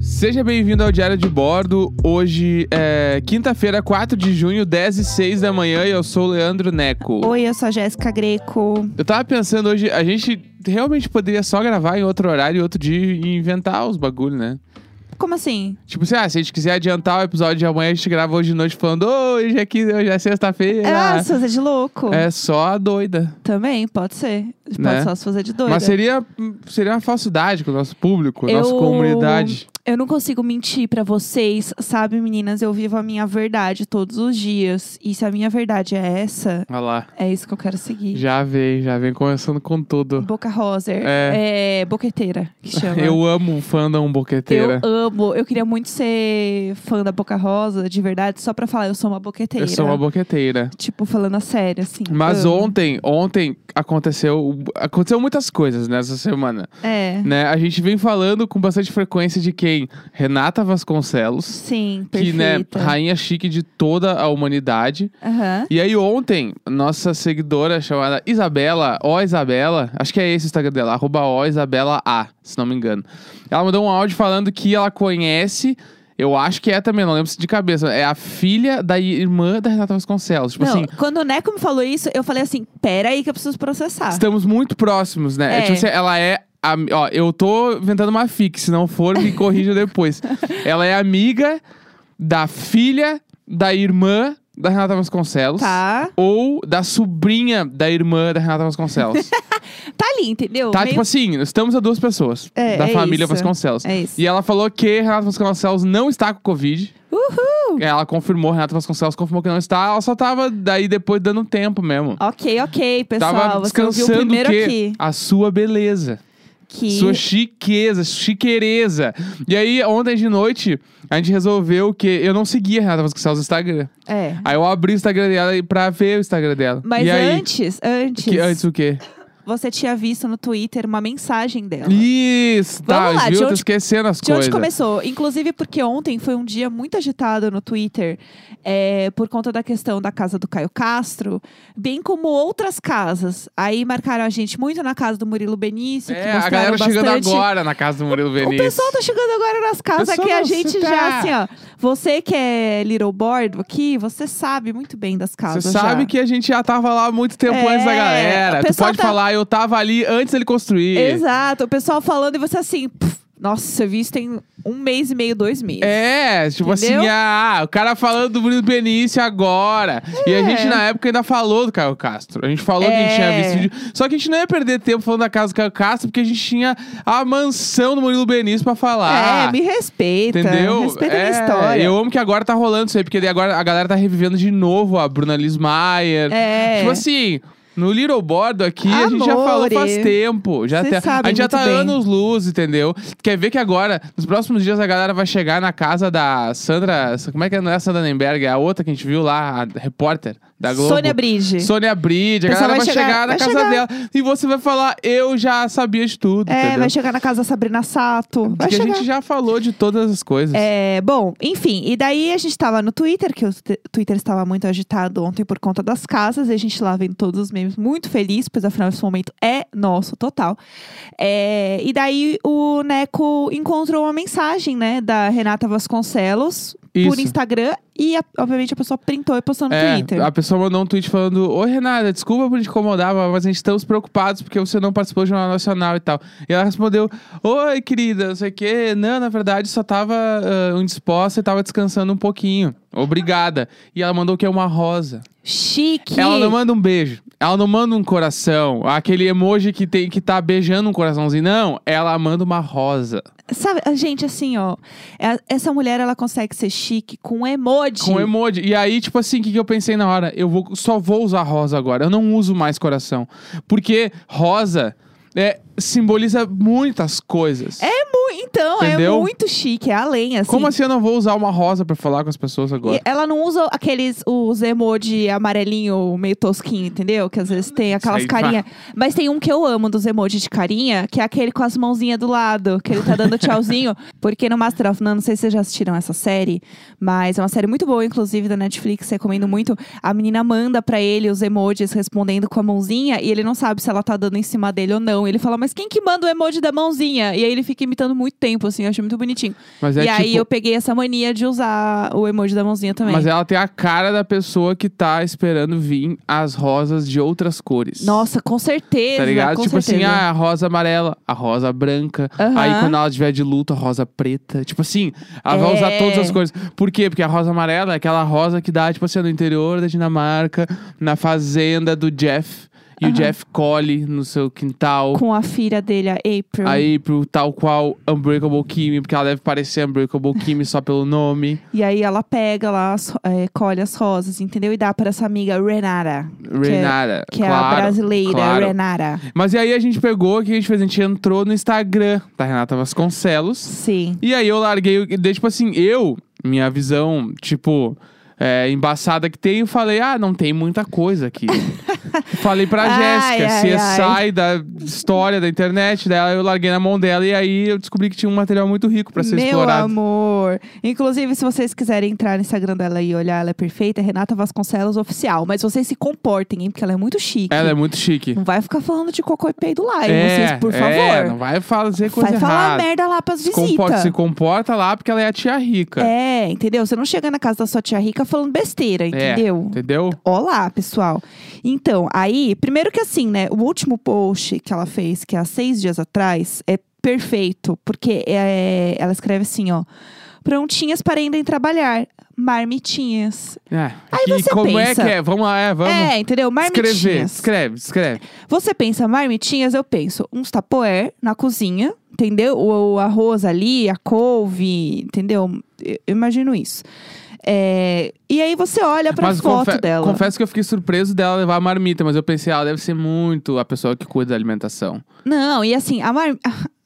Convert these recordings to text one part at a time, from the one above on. Seja bem-vindo ao Diário de Bordo. Hoje é quinta-feira, 4 de junho, 10 e 6 da manhã, e eu sou o Leandro Neco. Oi, eu sou a Jéssica Greco. Eu tava pensando hoje, a gente realmente poderia só gravar em outro horário e outro dia e inventar os bagulho, né? Como assim? Tipo assim, ah, se a gente quiser adiantar o episódio de amanhã, a gente grava hoje de noite falando, "Ô, hoje é quinta, hoje é sexta-feira. Ah, se fazer de louco. é só a doida. Também, pode ser. Pode Né? só se fazer de doida. Mas seria, seria uma falsidade com o nosso público, Eu- nossa comunidade. Eu não consigo mentir pra vocês, sabe, meninas? Eu vivo a minha verdade todos os dias. E se a minha verdade é essa, Olha lá. é isso que eu quero seguir. Já vem, já vem começando com tudo. Boca Roser. É. É, boqueteira, que chama. Eu amo o fandom boqueteira. Eu amo. Eu queria muito ser fã da Boca Rosa, de verdade, só pra falar, eu sou uma boqueteira. Eu sou uma boqueteira. Tipo, falando a sério, assim. Mas Amo. ontem, ontem aconteceu, aconteceu muitas coisas nessa semana, É. né? A gente vem falando com bastante frequência de quem? Renata Vasconcelos, Sim, que né, perfeita. rainha chique de toda a humanidade. Aham. E aí ontem, nossa seguidora chamada Isabela, ó Isabela, acho que é esse o Instagram dela, arroba ó Isabela A, se não me engano. Ela mandou um áudio falando que ela conhece, eu acho que é também, não lembro se de cabeça, é a filha da irmã da Renata Vasconcelos. Tipo não, assim, quando o Neco me falou isso, eu falei assim, pera aí que eu preciso processar. estamos muito próximos, né? Ah. É. tipo assim, ela é... a- ó, eu tô inventando uma fic, se não for, me corrija depois. Ela é amiga da filha da irmã da Renata Vasconcelos. Tá. ou da sobrinha da irmã da Renata Vasconcelos. Tá ali, entendeu? tá, Meio- tipo assim, estamos a duas pessoas É, da é família isso. Vasconcelos. É isso. E ela falou que Renata Vasconcelos não está com Covid. Uhul! Ela confirmou, Renata Vasconcelos confirmou que não está. Ela só tava daí depois dando tempo mesmo. Ok, ok, pessoal. tava você ouviu descansando primeiro que aqui. a sua beleza, Que... sua chiqueza, chiqueireza. E aí, ontem de noite, a gente resolveu que eu não seguia a Renata Vasconcelos no Instagram. É. Aí eu abri o Instagram dela e- pra ver o Instagram dela. Mas e aí, antes, antes, que, antes o quê? você tinha visto no Twitter uma mensagem dela. Isso, tá, Vamos lá, viu? de Tô onde- esquecendo as De coisas. onde começou? Inclusive porque ontem foi um dia muito agitado no Twitter é, por conta da questão da casa do Caio Castro, bem como outras casas. Aí marcaram a gente muito na casa do Murilo Benício, que É, mostraram a galera chegando bastante. agora na casa do Murilo O Benício. pessoal tá chegando agora nas casas Pessoal, que a você gente tá- já, assim, ó. Você que é Little Bordo aqui, você sabe muito bem das Você casas. sabe tá já. que a gente já tava lá há muito tempo É, antes da galera. o Tu pessoal pode tá- falar, eu tava ali antes dele construir. Exato, o pessoal falando e você assim. "Pff, Nossa, eu vi isso tem um mês e meio, dois meses. É, tipo Entendeu? assim, ah, o cara falando do Murilo Benício agora. E a É. gente na época ainda falou do Caio Castro. A gente falou que a gente É. tinha visto vídeo. Só que a gente não ia perder tempo falando da casa do Caio Castro, porque a gente tinha a mansão do Murilo Benício pra falar. É, me respeita. Entendeu? Respeita a minha É, história. Eu amo que agora tá rolando isso aí, porque daí agora a galera tá revivendo de novo a Bruna Lismayer. É. Tipo assim, no Little Bordo aqui, a gente já Amore. falou faz tempo. Já Cês tem- a sabem gente já muito tá bem. anos luz, entendeu? Quer ver que agora, nos próximos dias, a galera vai chegar na casa da Sandra. Como é que é? Não é a Sandra Nemberg, é a outra que a gente viu lá, a repórter da Globo. Sônia Bride. Sônia Bride, a Pessoal galera vai, vai chegar- chegar na vai casa chegar. dela e você vai falar, eu já sabia de tudo. é, entendeu? vai chegar na casa da Sabrina Sato. Vai Porque a chegar. gente já falou de todas as coisas. É, bom, enfim, e daí a gente tava no Twitter, que o t- Twitter estava muito agitado ontem por conta das casas, e a gente lá vendo todos os memes muito feliz, pois afinal esse momento é nosso total. É, e daí o Neco encontrou uma mensagem, né, da Renata Vasconcelos por Isso. Instagram, e a- obviamente a pessoa printou e postou no É, Twitter. A pessoa mandou um tweet falando: Oi, Renata, desculpa por te incomodar, mas a gente estamos preocupados porque você não participou do Jornal Nacional e tal. E ela respondeu: Oi, querida, não sei o quê. Não, na verdade, só tava ah, indisposta e tava descansando um pouquinho. Obrigada. E ela mandou que é uma rosa. Chique! Ela não manda um beijo. Ela não manda um coração. Aquele emoji que tem que tá beijando um coraçãozinho. Não, ela manda uma rosa. Sabe, a gente, assim, ó, é- essa mulher, ela consegue ser chique com emoji. Com emoji. E aí, tipo assim, o que, que eu pensei na hora? Eu vou, só vou usar rosa agora. Eu não uso mais coração. Porque rosa é, simboliza muitas coisas. É mu- então, Entendeu? é muito chique, é além, assim. Como assim eu não vou usar uma rosa pra falar com as pessoas agora? E ela não usa aqueles, os emoji amarelinho, meio tosquinho, entendeu? Que às vezes tem aquelas aí, carinhas. Mas tem um que eu amo dos emojis de carinha, que é aquele com as mãozinhas do lado, que ele tá dando tchauzinho. Porque no Master of None, não sei se vocês já assistiram essa série, mas é uma série muito boa, inclusive, da Netflix, recomendo muito. A menina manda pra ele os emojis respondendo com a mãozinha, e ele não sabe se ela tá dando em cima dele ou não. Ele fala, mas quem que manda o emoji da mãozinha? E aí ele fica imitando muito muito tempo, assim, eu achei muito bonitinho. Mas é e tipo. aí eu peguei essa mania de usar o emoji da mãozinha também. Mas ela tem a cara da pessoa que tá esperando vir as rosas de outras cores. Nossa, com certeza. é Tá ligado? com tipo certeza. assim, ah, a rosa amarela, a rosa branca. Aham. Aí quando ela tiver de luto, a rosa preta. Tipo assim, ela vai É. usar todas as cores. Por quê? Porque a rosa amarela é aquela rosa que dá, tipo assim, no interior da Dinamarca, na fazenda do Jeff. E o Jeff colhe no seu quintal. Com a filha dele, a April. ah, Aí pro tal qual Unbreakable Kimmy, porque ela deve parecer Unbreakable Kimmy só pelo nome. E aí ela pega lá, as ro- é, colhe as rosas, entendeu? E dá pra essa amiga Renata. Renata. Que é, que é claro, a brasileira, claro. Renata. Mas e aí a gente pegou, o que a gente fez? A gente entrou no Instagram da Renata Vasconcelos. Sim. E aí eu larguei, o- daí, tipo assim, eu, minha visão, tipo, é, embaçada que tenho, falei, ah, não tem muita coisa aqui. falei pra Ai, Jéssica, ai, se ai. sai da história da internet, daí eu larguei na mão dela e aí eu descobri que tinha um material muito rico pra ser Meu explorado. amor. Inclusive, se vocês quiserem entrar no Instagram dela e olhar, ela é perfeita, é Renata Vasconcelos Oficial. Mas vocês se comportem, hein? Porque ela é muito chique. Ela é muito chique. Não vai ficar falando de cocô e peido lá, hein? é, vocês, por É, não favor. vai fazer coisa vai falar errada. merda lá pras se, comporta, visitas. se comporta lá porque ela é a tia rica. É, entendeu? Você não chega na casa da sua tia rica falando É. besteira, entendeu? Entendeu? Olá, pessoal. Então, aí, primeiro que assim, né? O último post que ela fez, que é há seis dias atrás, é perfeito, porque é, ela escreve assim, ó. Prontinhas para irem trabalhar. Marmitinhas. É. Aí e você como pensa- é que é? Vamos lá, é, vamos. É, entendeu? Marmitinhas. Escrever, escreve, escreve. Você pensa marmitinhas, eu penso uns tapoer na cozinha, entendeu? O, o arroz ali, a couve, entendeu? Eu imagino isso. É, e aí você olha pra foto confe- dela. Confesso que eu fiquei surpreso dela levar a marmita, mas eu pensei, ah, ela deve ser muito a pessoa que cuida da alimentação. Não, e assim, a, mar...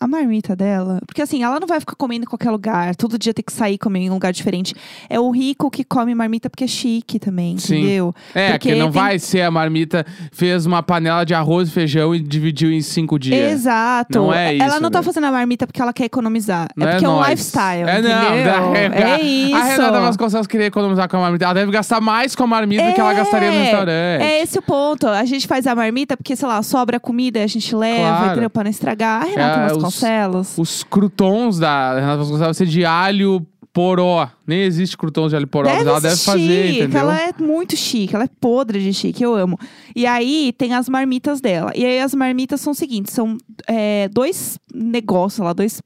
a marmita dela. Porque assim, ela não vai ficar comendo em qualquer lugar. Todo dia tem que sair e comer em um lugar diferente. É o rico que come marmita porque é chique também, Sim. entendeu? É, Porque que não tem- vai ser a marmita fez uma panela de arroz e feijão e dividiu em cinco dias. Exato. Não é ela isso, não tá né? fazendo a marmita porque ela quer economizar. Não é porque é, um nóis. lifestyle. É entendeu? não. É A Renata isso. Vasconcelos queria economizar com a marmita. Ela deve gastar mais com a marmita do que ela É. gastaria no restaurante. É esse o ponto. A gente faz a marmita porque, sei lá, sobra comida, a gente leva, Claro. entendeu? Pra não estragar. A Renata É, os- Vasconcelos. Os crutons da Renata Vasconcelos ser de alho poró. Nem existe crutons de alho poró, mas ela deve existir, fazer, que entendeu? Ela é muito chique, ela é podre de chique, eu amo. E aí tem as marmitas dela. E aí as marmitas são o seguinte: são é, dois negócios lá, dois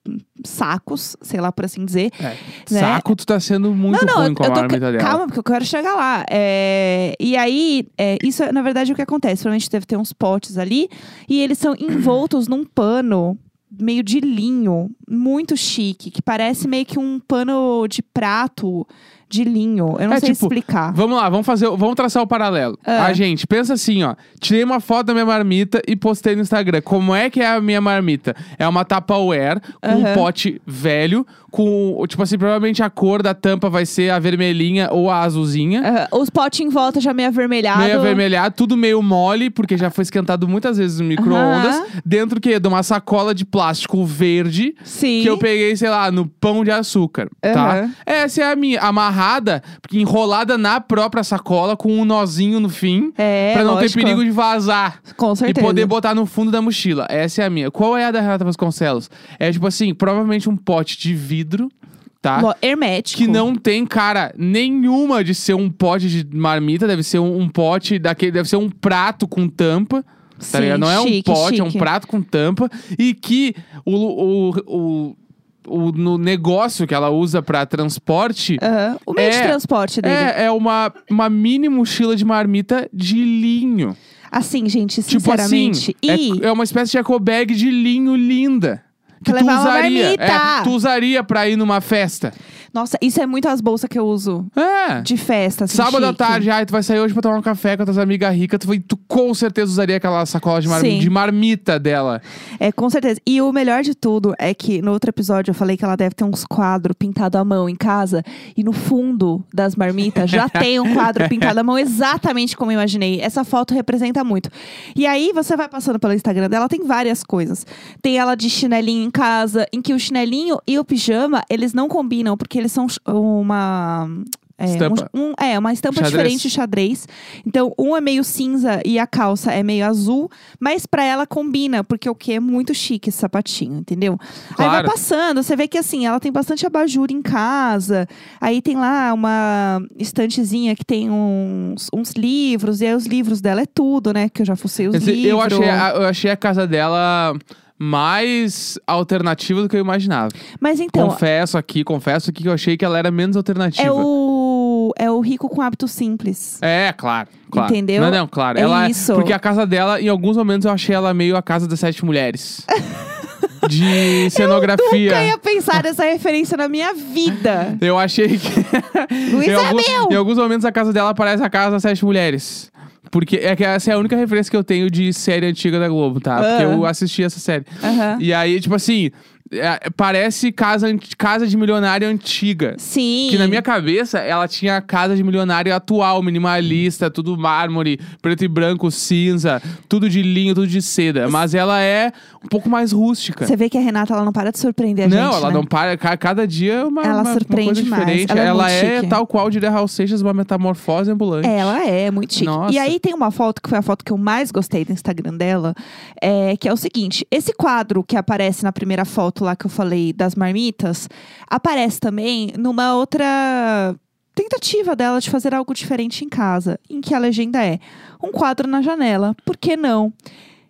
sacos, sei lá por assim dizer. É. né? Saco, tu tá sendo muito não, não, ruim com a eu tô, marmita dela. calma, porque eu quero chegar lá. É, e aí, é, isso é, na verdade, é o que acontece. Provavelmente deve ter uns potes ali. E eles são envoltos num pano meio de linho, muito chique, que parece meio que um pano de prato de linho. Eu não É, sei tipo, explicar. Vamos lá, vamos fazer, vamos traçar o paralelo. Ah. A gente pensa assim, ó, tirei uma foto da minha marmita e postei no Instagram. Como é que é a minha marmita? É uma Tupperware com um Aham. pote velho com, tipo assim, provavelmente a cor da tampa vai ser a vermelhinha ou a azulzinha. Aham, os potes em volta já meio avermelhado. Meio avermelhado, tudo meio mole, porque já foi esquentado muitas vezes no micro-ondas. Aham. Dentro o quê? de uma sacola de plástico verde, Sim. que eu peguei, sei lá, no pão de açúcar, tá? Aham. Essa é a minha, amarrada, enrolada na própria sacola, com um nozinho no fim, É, pra não lógico. ter perigo de vazar. Com certeza. E poder botar no fundo da mochila. Essa é a minha. Qual é a da Renata Vasconcelos? É tipo assim, provavelmente um pote de vidro, tá? Lo- Hermético. Que não tem cara nenhuma de ser um pote de marmita, deve ser um, um pote daquele, deve ser um prato com tampa. Tá Sim, ligado? Não é um chique, pote, é um chique. prato com tampa. E que o, o, o, o- no negócio que ela usa pra transporte Aham. O meio de É. transporte dele. é, é uma, uma mini mochila de marmita de linho. Assim, gente, Tipo assim, sinceramente. e... é, é uma espécie de eco bag de linho linda. Que Pra tu levar uma usaria, marmita. é, tu usaria pra ir numa festa. Nossa, isso é muito as bolsas que eu uso É. de festa. assim, Sábado à chique. tarde, ai, tu vai sair hoje pra tomar um café com as tuas amigas ricas, tu, vai- tu com certeza usaria aquela sacola de, mar- Sim. de marmita dela. É, com certeza. E o melhor de tudo é que no outro episódio eu falei que ela deve ter uns quadros pintados à mão em casa. E no fundo das marmitas já tem um quadro pintado à mão, exatamente como eu imaginei. Essa foto representa muito. E aí você vai passando pelo Instagram dela, tem várias coisas. Tem ela de chinelinho em casa, em que o chinelinho e o pijama, eles não combinam, porque eles são ch- uma. É, Estampa. um- um- é uma estampa Xadrez. diferente de xadrez. Então, um é meio cinza e a calça é meio azul, mas pra ela combina, porque o que é muito chique esse sapatinho, entendeu? Aí vai Claro. passando, você vê que assim, ela tem bastante abajur em casa. Aí tem lá uma estantezinha que tem uns, uns livros, e aí os livros dela é tudo, né? Que eu já fucei os Quer dizer, livros. eu, achei a, eu achei a casa dela mais alternativa do que eu imaginava. Mas então, confesso aqui, confesso aqui que eu achei que ela era menos alternativa. é o, é o rico com hábitos simples. É, claro, claro. Entendeu? Não, não, claro. É ela isso. Porque a casa dela, em alguns momentos, eu achei ela meio a casa das sete mulheres. De cenografia. Nunca ia pensar nessa referência na minha vida. Eu achei que. Luiz em, alguns, Abel! em alguns momentos a casa dela parece a casa das sete mulheres. Porque é que essa é a única referência que eu tenho de série antiga da Globo, tá? Porque Ah. eu assisti essa série. Aham. E aí, tipo assim, é, parece casa, anti- casa de milionário antiga. Sim. Que na minha cabeça ela tinha a casa de milionário atual, minimalista, tudo mármore, preto e branco, cinza, tudo de linho, tudo de seda. Mas ela é um pouco mais rústica. Você vê que a Renata ela não para de surpreender a gente. não, ela um né? não para. ca- Cada dia é uma, Ela uma- uma surpreende coisa mais. diferente. Ela é Ela, muito é, chique. tal qual diria Raul Seixas, uma metamorfose ambulante. Ela é muito chique. Nossa. E aí tem uma foto que foi a foto que eu mais gostei do Instagram dela, é, que é o seguinte: esse quadro que aparece na primeira foto lá que eu falei das marmitas, aparece também numa outra tentativa dela de fazer algo diferente em casa, em que a legenda é um quadro na janela. Por que não?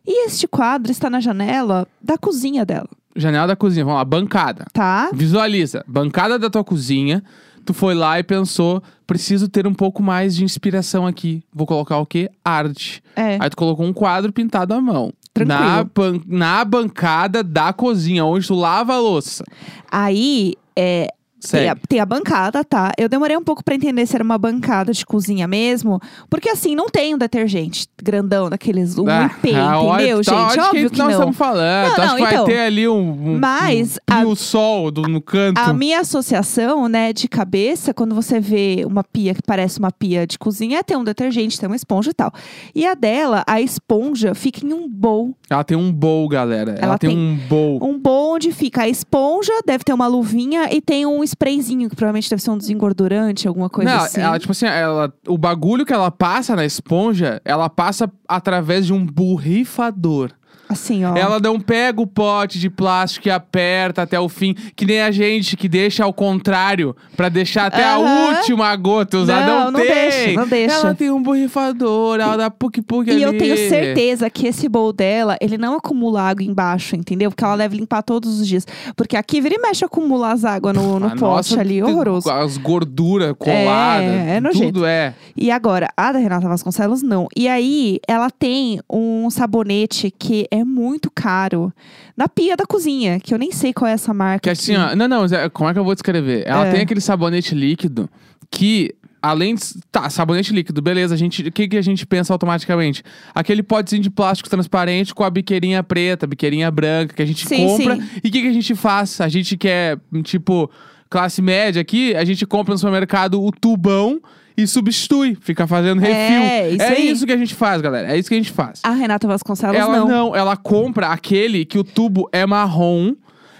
E este quadro está na janela da cozinha dela, Janela da cozinha, vamos lá, bancada. tá? Visualiza, bancada da tua cozinha. Tu foi lá e pensou, preciso ter um pouco mais de inspiração aqui. Vou colocar o quê? Arte. É. Aí tu colocou um quadro pintado à mão. Tranquilo. Na, ban- na bancada da cozinha, onde tu lava a louça. Aí, é, Tem a, Sério. tem a bancada, tá? Eu demorei um pouco pra entender se era uma bancada de cozinha mesmo, porque assim, não tem um detergente grandão daqueles, Ah, um Né? IP, entendeu, tá, gente? Óbvio que, é nós não. estamos falando. Não, tu acha não, que vai então. ter ali um, um, Mas um a- pio sol do- no canto. A minha associação, né, de cabeça, quando você vê uma pia que parece uma pia de cozinha, é tem um detergente, tem uma esponja e tal. E a dela, a esponja, fica em um bowl. Ela tem um bowl, galera. Ela, Ela tem, tem um bowl. Um bowl onde fica a esponja, deve ter uma luvinha e tem um sprayzinho, que provavelmente deve ser um desengordurante, alguma coisa não, assim. ela, tipo assim, ela, o bagulho que ela passa na esponja, ela passa através de um borrifador. Assim, ó. Ela não pega o pote de plástico e aperta até o fim, que nem a gente que deixa ao contrário, pra deixar até a Aham. última gota usar. Não, Não, não tem. deixa, não deixa. Ela tem um borrifador, ela dá puc-puc ali. E eu tenho certeza que esse bowl dela, ele não acumula água embaixo, entendeu? Porque ela deve limpar todos os dias. Porque aqui vira e mexe acumula as águas Tipo, no, no A pote Ah, nossa, ali, horroroso. As gorduras coladas. É, é nojento. Tudo é. E agora, a da Renata Vasconcelos, não. E aí, ela tem um sabonete que é muito caro na pia da cozinha, que eu nem sei qual é essa marca. Que assim, aqui. ó, não, não, Zé, como é que eu vou descrever? Ela É. tem aquele sabonete líquido que, além de. Tá, sabonete líquido, beleza. A gente, o que, que a gente pensa automaticamente? Aquele potezinho de plástico transparente com a biqueirinha preta, biqueirinha branca, que a gente Sim, compra. sim. E o que, que a gente faz? A gente quer, hum, tipo, classe média aqui, a gente compra no supermercado o tubão e substitui, fica fazendo refil. É, isso aí. que a gente faz, galera. É isso que a gente faz. A Renata Vasconcelos, Ela não. ela compra aquele que o tubo é marrom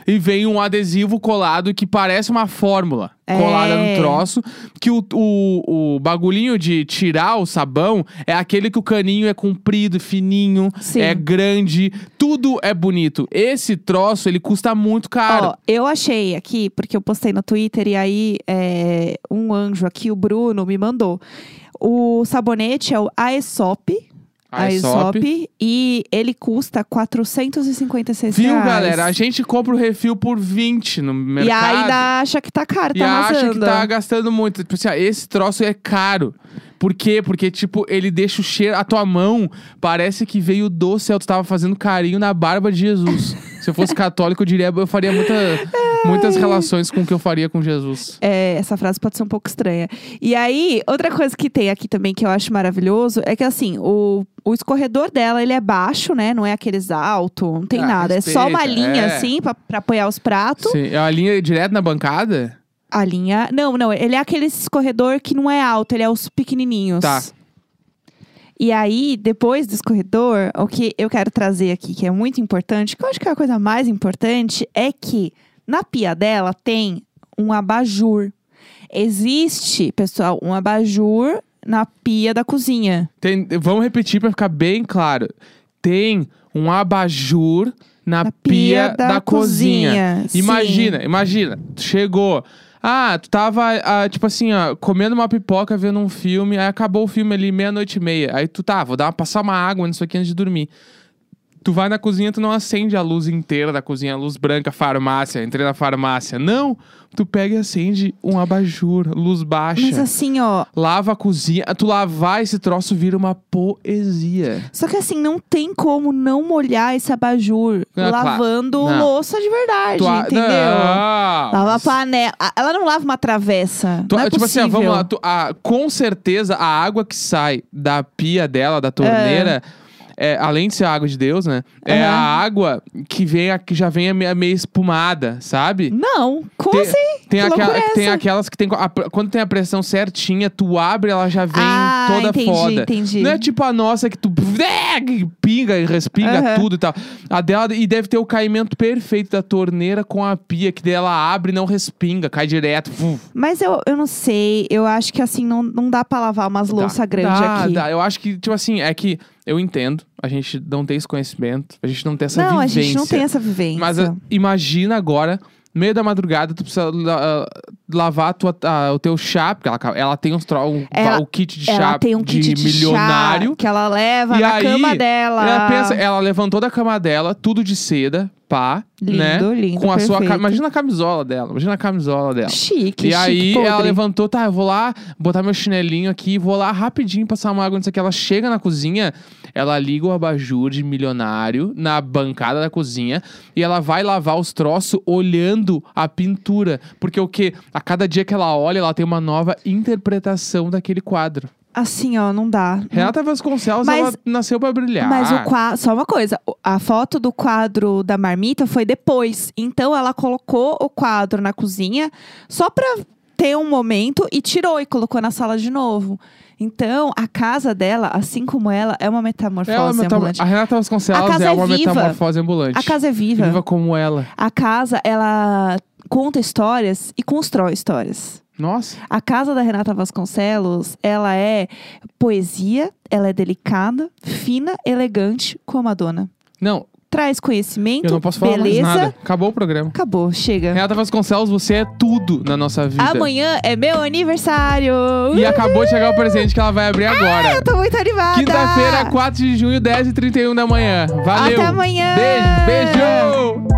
e vem um adesivo colado que parece uma fórmula É. colada no troço. Que o, o, o bagulhinho de tirar o sabão é aquele que o caninho é comprido, fininho, Sim. é grande, tudo é bonito. Esse troço, ele custa muito caro. Ó, eu achei aqui, porque eu postei no Twitter, e aí é, um anjo aqui, o Bruno, me mandou. O sabonete é o Aesop. Aesop. E ele custa 456 Viu, reais. galera? A gente compra o refil por 20 no E mercado. ainda acha que tá caro, tá e arrasando. acha que tá gastando muito. Tipo assim, ah, esse troço é caro. Por quê? Porque, tipo, ele deixa o cheiro. A tua mão parece que veio do céu. Tu tava fazendo carinho na barba de Jesus. Se eu fosse católico, eu diria, eu faria muita- muitas relações com o que eu faria com Jesus. É, essa frase pode ser um pouco estranha. E aí, outra coisa que tem aqui também que eu acho maravilhoso é que assim, o, o escorredor dela, ele é baixo, né? Não é aqueles alto, não tem Ah, nada. é só uma respeita, linha, é. assim, pra, pra apoiar os pratos. Sim, é uma linha direto na bancada? A linha. Não, não, ele é aquele escorredor que não é alto, ele é os pequenininhos. Tá. E aí, depois do escorredor, o que eu quero trazer aqui, que é muito importante, que eu acho que é a coisa mais importante, é que na pia dela tem um abajur. Existe, pessoal, um abajur na pia da cozinha. Tem- vamos repetir pra ficar bem claro. Tem um abajur na Na pia, da, cozinha. Sim. Imagina, imagina. Tu chegou. Ah, tu tava, ah, tipo assim, ó, comendo uma pipoca, vendo um filme, aí acabou o filme ali, meia-noite e meia. Aí tu tá, vou dar uma, passar uma água nisso aqui antes de dormir. Tu vai na cozinha, tu não acende a luz inteira da cozinha, a luz branca, farmácia, entrei na farmácia. Não! Tu pega e acende um abajur, luz baixa. Mas assim, ó. Lava a cozinha. Tu lavar esse troço vira uma poesia. Só que assim, não tem como não molhar esse abajur Ah, claro. lavando Não. louça de verdade, Tu a- entendeu? Não. Lava a panela. Ah, Ela não lava uma travessa. Tu- não é tipo assim, ó, possível. vamos lá. tu- a- com certeza, a água que sai da pia dela, da torneira, é, além de ser a água de Deus, né? É Aham. a água que, vem, a- que já vem a me- a meio espumada, sabe? Não, como Tem- assim? Tem, que aquela- loucura é tem essa? aquelas que tem. co- a- quando tem a pressão certinha, tu abre, ela já vem ah, toda entendi, foda. entendi. Não é tipo a nossa que tu né, pinga e respinga Aham. tudo e tal. A dela, e deve ter o caimento perfeito da torneira com a pia, que daí ela abre e não respinga, cai direto. Vuf. Mas eu, eu não sei, eu acho que assim, não, não dá pra lavar umas louças Dá. grandes Dá, aqui. dá. Eu acho que, tipo assim, é que eu entendo, a gente não tem esse conhecimento, a gente não tem essa não, vivência. a gente não tem essa vivência. Mas ah, imagina agora, no meio da madrugada, tu precisa la- ah, lavar a tua- ah, o teu chá, porque ela, ela tem uns, tro- um, Ela- o kit de ela chá tem um kit de milionário. chá que ela leva E na aí, cama dela. Ela pensa, ela levantou da cama dela, tudo de seda, pá, Lindo, né? lindo, Com a sua, perfeito. ca- imagina a camisola dela, imagina a camisola dela. Chique, e chique, aí podre. ela levantou, tá, eu vou lá botar meu chinelinho aqui, vou lá rapidinho passar uma água nisso aqui. Ela chega na cozinha, ela liga o abajur de milionário na bancada da cozinha e ela vai lavar os troços olhando a pintura, porque o que a cada dia que ela olha, ela tem uma nova interpretação daquele quadro. Assim, ó, não dá. Renata Vasconcelos, Mas- ela nasceu pra brilhar. Mas o quadro. Só uma coisa, o- a foto do quadro da marmita foi depois. Então ela colocou o quadro na cozinha só pra ter um momento e tirou e colocou na sala de novo. Então, a casa dela, assim como ela, é uma metamorfose Ela é uma meta- ambulante. A Renata A Vasconcelos casa é é uma viva. metamorfose ambulante. A casa é viva. viva como ela. A casa, ela conta histórias e constrói histórias. Nossa. A casa da Renata Vasconcelos, ela é poesia, ela é delicada, fina, elegante, como a dona. Não, Traz conhecimento, eu não posso falar Então, beleza. mais nada. Acabou o programa. Acabou, chega. Renata Vasconcelos, você é tudo na nossa vida. Amanhã é meu aniversário! E acabou de chegar o presente que ela vai abrir agora. Ah, Eu tô muito animada! Quinta-feira, 4 de junho, 10h31 da um manhã. Valeu. Até amanhã! Beijo, beijo!